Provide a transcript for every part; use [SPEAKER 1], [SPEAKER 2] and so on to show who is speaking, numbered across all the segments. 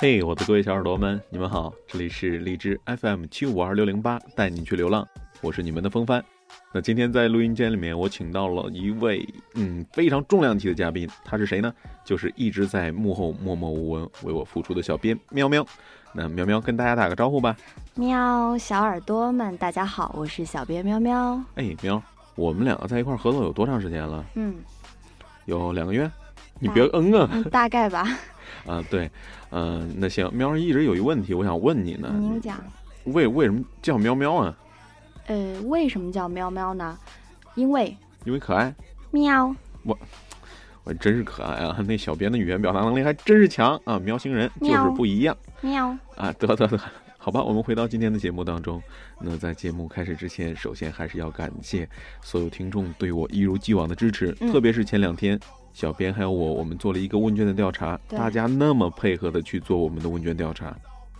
[SPEAKER 1] 嘿、我的各位小耳朵们，你们好，这里是荔枝 FM 七五二六零八，带你去流浪，我是你们的风帆。那今天在录音间里面，我请到了一位嗯非常重量级的嘉宾，他是谁呢？就是一直在幕后默默无闻为我付出的小编喵喵。那喵喵跟大家打个招呼吧。
[SPEAKER 2] 喵，小耳朵们，大家好，我是小编喵喵。
[SPEAKER 1] 哎，喵，我们两个在一块儿合作有多长时间了？
[SPEAKER 2] 嗯
[SPEAKER 1] 有两个月？你别嗯啊
[SPEAKER 2] 嗯，大概吧。
[SPEAKER 1] 啊！对，嗯、那行，喵儿一直有一问题，我想问你呢，
[SPEAKER 2] 您讲，
[SPEAKER 1] 为为什么叫喵喵啊？
[SPEAKER 2] 呃，为什么叫喵喵呢？因为
[SPEAKER 1] 因为可爱。
[SPEAKER 2] 喵。
[SPEAKER 1] 我真是可爱啊！ 那小编的语言表达能力还真是强啊！喵星人就
[SPEAKER 2] 喵
[SPEAKER 1] 是不一样
[SPEAKER 2] 喵，
[SPEAKER 1] 啊！得得得，好吧，我们回到今天的节目当中。那在节目开始之前，首先还是要感谢所有听众对我一如既往的支持，
[SPEAKER 2] 嗯
[SPEAKER 1] 特别是前两天。小编还有我，我们做了一个问卷的调查，
[SPEAKER 2] 对
[SPEAKER 1] 大家那么配合的去做我们的问卷调查，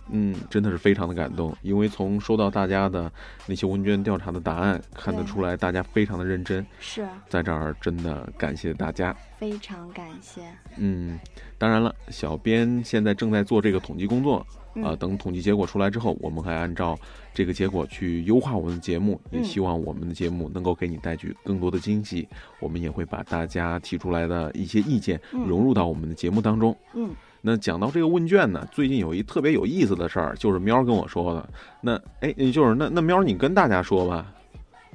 [SPEAKER 1] 嗯，真的是非常的感动，因为从收到大家的那些问卷调查的答案，看得
[SPEAKER 2] 对
[SPEAKER 1] 出来大家非常的认真，
[SPEAKER 2] 是
[SPEAKER 1] 在这儿真的感谢大家。
[SPEAKER 2] 非常感谢。
[SPEAKER 1] 嗯，当然了，小编现在正在做这个统计工作
[SPEAKER 2] 嗯
[SPEAKER 1] 啊、等统计结果出来之后，我们还按照这个结果去优化我们的节目，也
[SPEAKER 2] 嗯
[SPEAKER 1] 希望我们的节目能够给你带去更多的惊喜。我们也会把大家提出来的一些意见
[SPEAKER 2] 嗯
[SPEAKER 1] 融入到我们的节目当中。
[SPEAKER 2] 嗯
[SPEAKER 1] 那讲到这个问卷呢，最近有一特别有意思的事儿，就是喵儿跟我说的。那哎，就是那那喵儿，你跟大家说吧。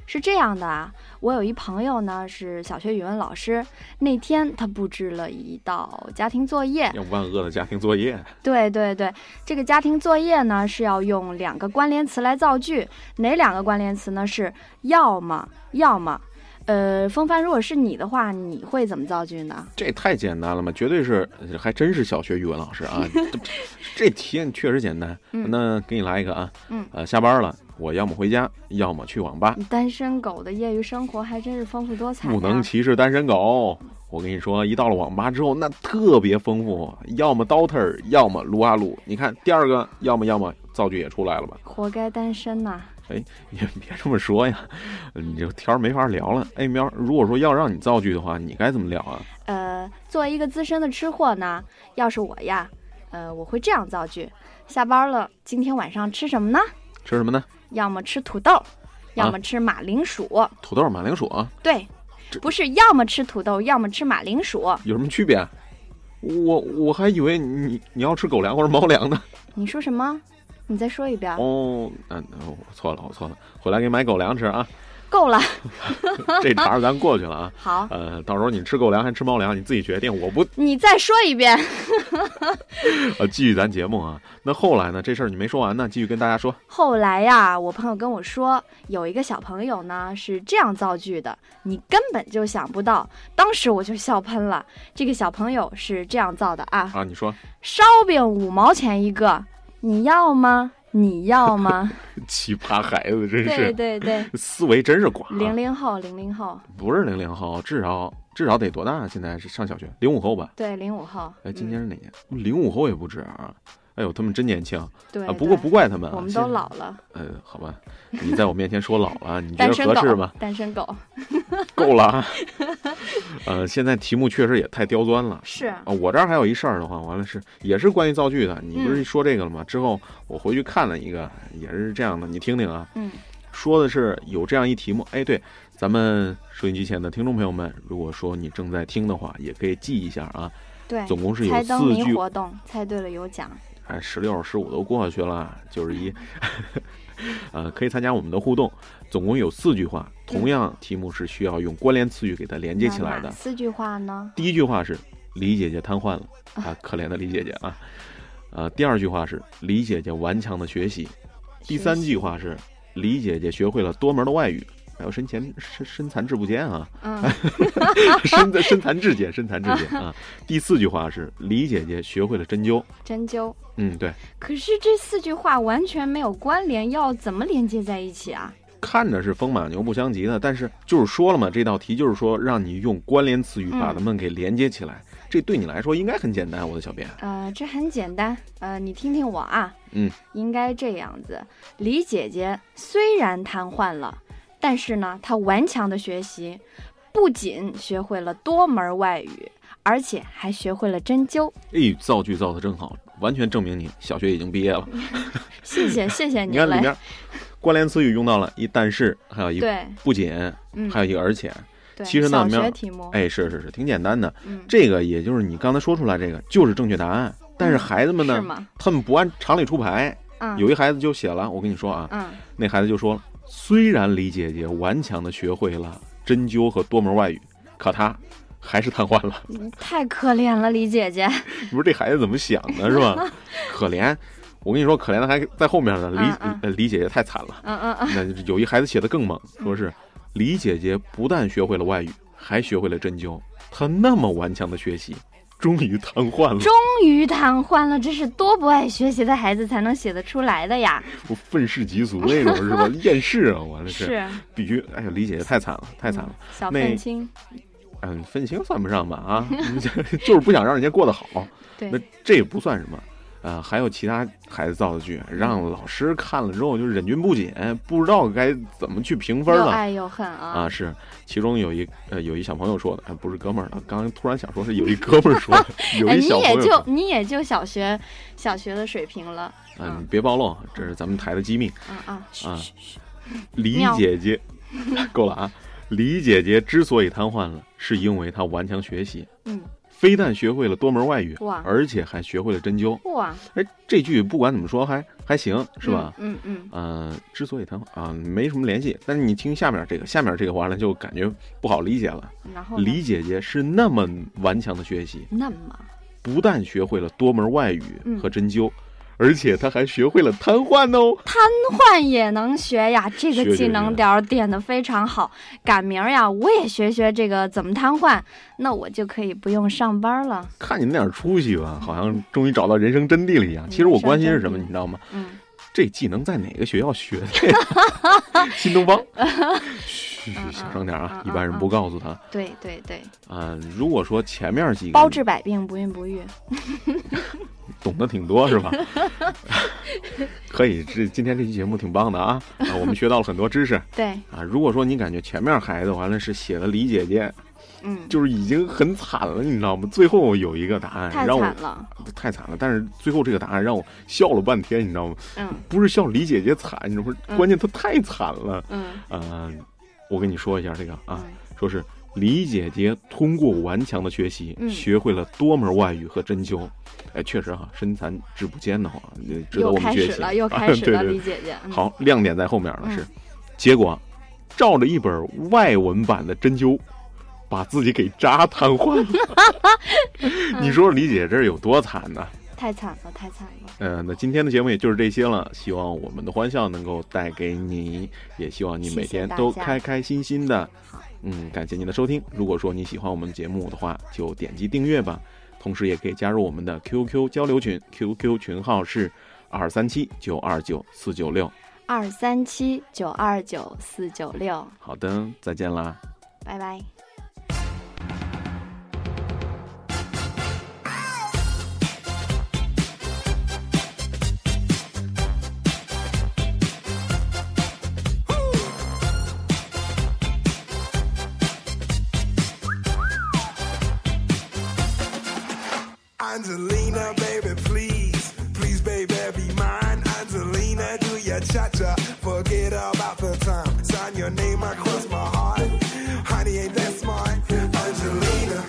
[SPEAKER 2] 是这样的啊，我有一朋友呢是小学语文老师，那天他布置了一道家庭作业，
[SPEAKER 1] 要万恶的家庭作业，
[SPEAKER 2] 对对对，这个家庭作业呢是要用两个关联词来造句，哪两个关联词呢？是要么要么。呃，风帆，如果是你的话，你会怎么造句呢？
[SPEAKER 1] 这太简单了嘛，绝对是，还真是小学语文老师 啊。这这题确实简单，
[SPEAKER 2] 嗯
[SPEAKER 1] 那给你来一个啊。
[SPEAKER 2] 嗯
[SPEAKER 1] 呃，下班了，我要么回家，要么去网吧。
[SPEAKER 2] 你单身狗的业余生活还真是丰富多彩、啊。
[SPEAKER 1] 不能歧视单身狗。我跟你说，一到了网吧之后，那特别丰富，要么 Dota，要么撸啊撸。你看第二个，要么要么造句也出来了吧？
[SPEAKER 2] 活该单身呐、
[SPEAKER 1] 也别这么说呀，你这天儿没法聊了。哎，喵，如果说要让你造句的话，你该怎么聊啊？
[SPEAKER 2] 呃，作为一个资深的吃货呢，要是我呀，呃，我会这样造句：下班了，今天晚上吃什么呢？
[SPEAKER 1] 吃什么呢？
[SPEAKER 2] 要么吃土豆，
[SPEAKER 1] 啊
[SPEAKER 2] 要么吃马铃薯。
[SPEAKER 1] 土豆、马铃薯啊？
[SPEAKER 2] 对
[SPEAKER 1] 这，
[SPEAKER 2] 不是要么吃土豆，要么吃马铃薯。
[SPEAKER 1] 有什么区别？啊我我还以为你你要吃狗粮或者猫 粮呢。
[SPEAKER 2] 你说什么？你再说一遍。
[SPEAKER 1] 哦，嗯、我错了，我错了，回来给你买狗粮吃啊。
[SPEAKER 2] 够了，
[SPEAKER 1] 这茬儿咱过去了啊。
[SPEAKER 2] 好，
[SPEAKER 1] 呃，到时候你吃狗粮还是吃猫粮，你自己决定。我不
[SPEAKER 2] 你再说一遍。
[SPEAKER 1] 呃继续咱节目啊。那后来呢？这事儿你没说完呢，继续跟大家说。
[SPEAKER 2] 后来呀，我朋友跟我说，有一个小朋友呢是这样造句的，你根本就想不到。当时我就笑喷了。这个小朋友是这样造的啊：
[SPEAKER 1] 啊，你说
[SPEAKER 2] 烧饼五毛钱一个，你要吗？你要吗？
[SPEAKER 1] 奇葩孩子真
[SPEAKER 2] 对
[SPEAKER 1] 是
[SPEAKER 2] 对对，
[SPEAKER 1] 思维真是广、啊。
[SPEAKER 2] 零零后，零零后，
[SPEAKER 1] 不是零零后，至少至少得多大？啊现在是上小学，零五后吧？
[SPEAKER 2] 对零五后。
[SPEAKER 1] 哎，今
[SPEAKER 2] 嗯
[SPEAKER 1] 年是哪年？零五后也不止啊！哎呦，他们真年轻啊！
[SPEAKER 2] 对，
[SPEAKER 1] 不过
[SPEAKER 2] 对
[SPEAKER 1] 不怪他们啊，
[SPEAKER 2] 我们
[SPEAKER 1] 现
[SPEAKER 2] 都
[SPEAKER 1] 在
[SPEAKER 2] 老了，
[SPEAKER 1] 呃，好吧，你在我面前说老了，你觉
[SPEAKER 2] 单
[SPEAKER 1] 得
[SPEAKER 2] 身
[SPEAKER 1] 合适
[SPEAKER 2] 狗
[SPEAKER 1] 吗？，
[SPEAKER 2] 单身狗
[SPEAKER 1] 够了 啊。呃，现在题目确实也太刁钻了。
[SPEAKER 2] 是。
[SPEAKER 1] 啊、我这儿还有一事儿的话，完了是也是关于造句的。你不是说这个了吗？之后我回去看了一个，也是这样的，你听听啊。
[SPEAKER 2] 嗯，
[SPEAKER 1] 说的是有这样一题目，哎，对，咱们收音机前的听众朋友们，如果说你正在听的话，也可以记一下啊。
[SPEAKER 2] 对，
[SPEAKER 1] 总共是有
[SPEAKER 2] 猜灯
[SPEAKER 1] 四
[SPEAKER 2] 谜
[SPEAKER 1] 句，
[SPEAKER 2] 活动，猜对了有奖。
[SPEAKER 1] 哎，十六、十五都过去了，九十一， 呃，可以参加我们的互动。总共有四句话，同样题目是需要用关联词语给它连接起来
[SPEAKER 2] 那
[SPEAKER 1] 的
[SPEAKER 2] 哪。四句话呢？
[SPEAKER 1] 第一句话是李姐姐瘫痪了啊，可怜的李姐姐啊。呃，第二句话是李姐姐顽强的学习，第三句话是李姐姐学会了多门的外语，还有身前身身残志不坚 啊，
[SPEAKER 2] 嗯，
[SPEAKER 1] 身身残志坚，身残志坚 啊。第四句话是李姐姐学会了针灸，
[SPEAKER 2] 针灸。
[SPEAKER 1] 嗯，对，
[SPEAKER 2] 可是这四句话完全没有关联，要怎么连接在一起啊？
[SPEAKER 1] 看着是风马牛不相及的，但是就是说了嘛，这道题就是说让你用关联词语把它们给连接起来，这对你来说应该很简单，我的小编。
[SPEAKER 2] 呃，这很简单。呃，你听听我啊，
[SPEAKER 1] 嗯，
[SPEAKER 2] 应该这样子。李姐姐虽然瘫痪了，但是呢，她顽强的学习，不仅学会了多门外语，而且还学会了针灸。
[SPEAKER 1] 哎，造句造的真好，完全证明你小学已经毕业了。
[SPEAKER 2] 谢谢谢谢
[SPEAKER 1] 你
[SPEAKER 2] 您
[SPEAKER 1] 看里
[SPEAKER 2] 嘞，
[SPEAKER 1] 面关联词语用到了一但是，还有一
[SPEAKER 2] 对，
[SPEAKER 1] 不仅，
[SPEAKER 2] 嗯，
[SPEAKER 1] 还有一个而且。
[SPEAKER 2] 对
[SPEAKER 1] 其实那
[SPEAKER 2] 小
[SPEAKER 1] 里面
[SPEAKER 2] 学题目，
[SPEAKER 1] 哎，是是是，挺简单的。
[SPEAKER 2] 嗯，
[SPEAKER 1] 这个也就是你刚才说出来这个就是正确答案，但是孩子们
[SPEAKER 2] 嗯是
[SPEAKER 1] 呢，
[SPEAKER 2] 吗？
[SPEAKER 1] 他们不按常理出牌。
[SPEAKER 2] 嗯，
[SPEAKER 1] 有一孩子就写了，我跟你说啊，
[SPEAKER 2] 嗯，
[SPEAKER 1] 那孩子就说了，虽然李姐姐顽强的学会了针灸和多门外语，可她还是瘫痪了。
[SPEAKER 2] 太可怜了，李姐姐，
[SPEAKER 1] 你说这孩子怎么想的，是吧？可怜，我跟你说，可怜的还在后面呢。李
[SPEAKER 2] 嗯嗯
[SPEAKER 1] 呃李姐姐太惨了。
[SPEAKER 2] 嗯嗯嗯，
[SPEAKER 1] 那有一孩子写的更猛，说是李姐姐不但学会了外语，还学会了针灸。她那么顽强的学习，终于瘫痪了。
[SPEAKER 2] 终于瘫痪了，这是多不爱学习的孩子才能写得出来的呀，
[SPEAKER 1] 我愤世嫉俗那种是吧？厌世啊！我这是
[SPEAKER 2] 是，
[SPEAKER 1] 必须。哎呀，李姐姐太惨了，太惨了。
[SPEAKER 2] 嗯，小
[SPEAKER 1] 那
[SPEAKER 2] 愤青，
[SPEAKER 1] 嗯，愤青算不上吧啊， 就是不想让人家过得好。
[SPEAKER 2] 对
[SPEAKER 1] 那，这也不算什么。啊、还有其他孩子造的句，让老师看了之后就忍俊不禁，不知道该怎么去评分
[SPEAKER 2] 又
[SPEAKER 1] 了
[SPEAKER 2] 爱又恨啊，
[SPEAKER 1] 啊！是，其中有一呃有一小朋友说的，哎，不是哥们儿了，刚刚突然想说是有一哥们儿说 的，有
[SPEAKER 2] 哎，
[SPEAKER 1] 一
[SPEAKER 2] 你
[SPEAKER 1] 小朋
[SPEAKER 2] 也
[SPEAKER 1] 友
[SPEAKER 2] 就
[SPEAKER 1] 说
[SPEAKER 2] 你也就小学小学的水平了，
[SPEAKER 1] 啊，你别暴露，这是咱们台的机密
[SPEAKER 2] 嗯啊，
[SPEAKER 1] 啊。李
[SPEAKER 2] 妙
[SPEAKER 1] 姐 姐，够了啊！李姐姐之所以瘫痪了，是因为她顽强学习，
[SPEAKER 2] 嗯，
[SPEAKER 1] 非但学会了多门外语
[SPEAKER 2] 哇，
[SPEAKER 1] 而且还学会了针灸。
[SPEAKER 2] 哇，
[SPEAKER 1] 哎，这句不管怎么说还还行是吧？
[SPEAKER 2] 嗯？嗯
[SPEAKER 1] 呃，之所以他啊、没什么联系，但是你听下面这个，下面这个完了就感觉不好理解了。
[SPEAKER 2] 嗯，然后呢
[SPEAKER 1] 李姐姐是那么顽强的学习，
[SPEAKER 2] 那么
[SPEAKER 1] 不但学会了多门外语
[SPEAKER 2] 嗯
[SPEAKER 1] 和针灸，而且她还学会了瘫痪哦。
[SPEAKER 2] 换也能学呀，这
[SPEAKER 1] 学
[SPEAKER 2] 个
[SPEAKER 1] 学
[SPEAKER 2] 技能点儿点的非常好，赶明儿呀我也学学这个怎么瘫痪，那我就可以不用上班了，
[SPEAKER 1] 看你们点出息吧，好像终于找到人生真谛了一样。其实我关心是什么，你
[SPEAKER 2] 人生真谛
[SPEAKER 1] 知道吗？
[SPEAKER 2] 嗯
[SPEAKER 1] 这技能在哪个学校学的？ 新东 方。嘘，
[SPEAKER 2] 嗯嗯
[SPEAKER 1] 小声点啊
[SPEAKER 2] 嗯嗯，嗯
[SPEAKER 1] 一般人不告诉他啊、
[SPEAKER 2] 对对对，
[SPEAKER 1] 如果说前面几个
[SPEAKER 2] 包治百病，不孕不育，
[SPEAKER 1] 懂得挺多是吧？ 可以，这今天这期节目挺棒的啊！啊，我们学到了很多知识
[SPEAKER 2] 对，
[SPEAKER 1] 啊。如果说你感觉前面孩子完了是写的李姐姐，
[SPEAKER 2] 嗯，
[SPEAKER 1] 就是已经很惨了，你知道吗？最后有一个答案
[SPEAKER 2] 太
[SPEAKER 1] 让我
[SPEAKER 2] 惨了，
[SPEAKER 1] 太惨了，但是最后这个答案让我笑了半天，你知道吗？
[SPEAKER 2] 嗯
[SPEAKER 1] 不是笑李姐姐惨，你知道吗？
[SPEAKER 2] 嗯
[SPEAKER 1] 关键她太惨了。
[SPEAKER 2] 嗯
[SPEAKER 1] 呃，我跟你说一下这个啊，
[SPEAKER 2] 嗯
[SPEAKER 1] 说是李姐姐通过顽强的学习，
[SPEAKER 2] 嗯
[SPEAKER 1] 学会了多门外语和针灸。哎，确实哈、身残志不坚的话，也值得
[SPEAKER 2] 又
[SPEAKER 1] 我们
[SPEAKER 2] 开
[SPEAKER 1] 学
[SPEAKER 2] 始
[SPEAKER 1] 习。啊
[SPEAKER 2] 了，又开始
[SPEAKER 1] 对
[SPEAKER 2] 了，
[SPEAKER 1] 对
[SPEAKER 2] 李
[SPEAKER 1] 对，
[SPEAKER 2] 姐姐，嗯，
[SPEAKER 1] 好，亮点在后面了
[SPEAKER 2] 嗯
[SPEAKER 1] 是。结果，啊照着一本外文版的针灸，把自己给扎瘫痪 了。你说李姐这有多惨呢、
[SPEAKER 2] 太惨了，太惨了，
[SPEAKER 1] 呃，那今天的节目也就是这些了，希望我们的欢笑能够带给你，也希望你每
[SPEAKER 2] 谢谢
[SPEAKER 1] 天
[SPEAKER 2] 大
[SPEAKER 1] 都
[SPEAKER 2] 家
[SPEAKER 1] 开开心心的。
[SPEAKER 2] 好
[SPEAKER 1] 嗯，感谢您的收听。如果说你喜欢我们节目的话，就点击订阅吧，同时也可以加入我们的 QQ 交流群，QQ 群号是二三七九二九四九六。
[SPEAKER 2] 二三七九二九四九六，
[SPEAKER 1] 好的，再见啦。
[SPEAKER 2] 拜拜。
[SPEAKER 3] Angelina, baby, please, please, baby, be mine. Angelina, do your cha-cha, forget about the time. Sign your name across my heart. Honey, ain't that smart? Angelina,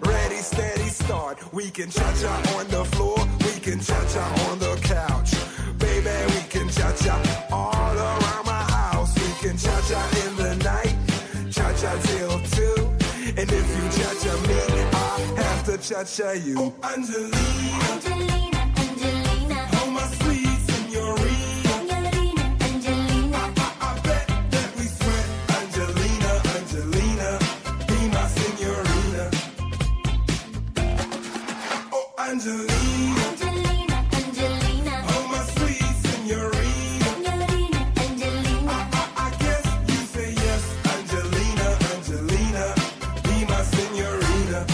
[SPEAKER 3] ready, steady, start. We can cha-cha on the floor, we can cha-cha on the couch. Baby, we can cha-cha all around my house. We can cha-cha in the night, cha-cha till two. And if you cha-cha me, I have to cha-cha you. Oh, Angelina,
[SPEAKER 4] Angelina, Angelina,
[SPEAKER 3] oh my sweet senorita.
[SPEAKER 4] Angelina, Angelina,
[SPEAKER 3] I bet that we sweat. Angelina, Angelina, be my senorita. Oh, Angelina,
[SPEAKER 4] Angelina, Angelina,
[SPEAKER 3] oh my sweet senorita.
[SPEAKER 4] Angelina, Angelina,
[SPEAKER 3] I, I guess you say yes. Angelina, Angelina, be my senorita.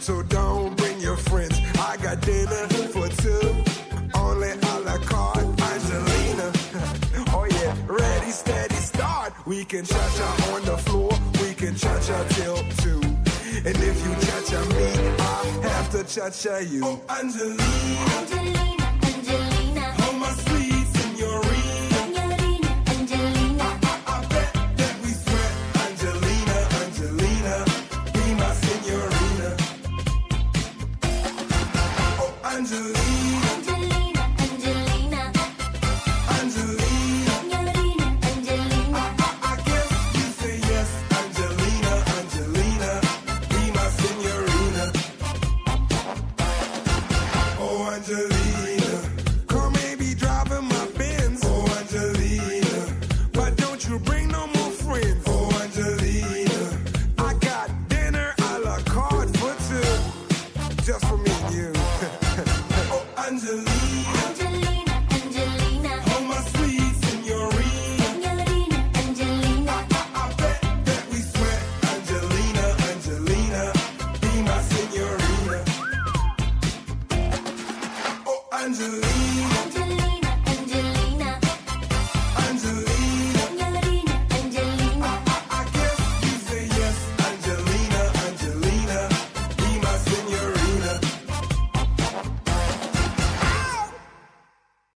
[SPEAKER 3] so don't bring your friends. I got dinner for two, only a la carte. Angelina, oh yeah, ready, steady, start. We can cha cha on the floor, we can cha cha till two. And if you cha cha me, I have to cha cha you. Oh, Angelina,
[SPEAKER 4] Angelina, Angelina,
[SPEAKER 3] oh my sweet senorita.
[SPEAKER 4] Signorina, Angelina.
[SPEAKER 3] I bet that we sweat, Angelina, Angelina, be my senorita. Oh, Angelina,
[SPEAKER 4] Angelina, Angelina,
[SPEAKER 3] Angelina,
[SPEAKER 4] Signorina, Angelina.
[SPEAKER 3] I guess you say yes, Angelina, Angelina, be my senorita. Oh, Angelina. Oh, Oh, Oh, oh,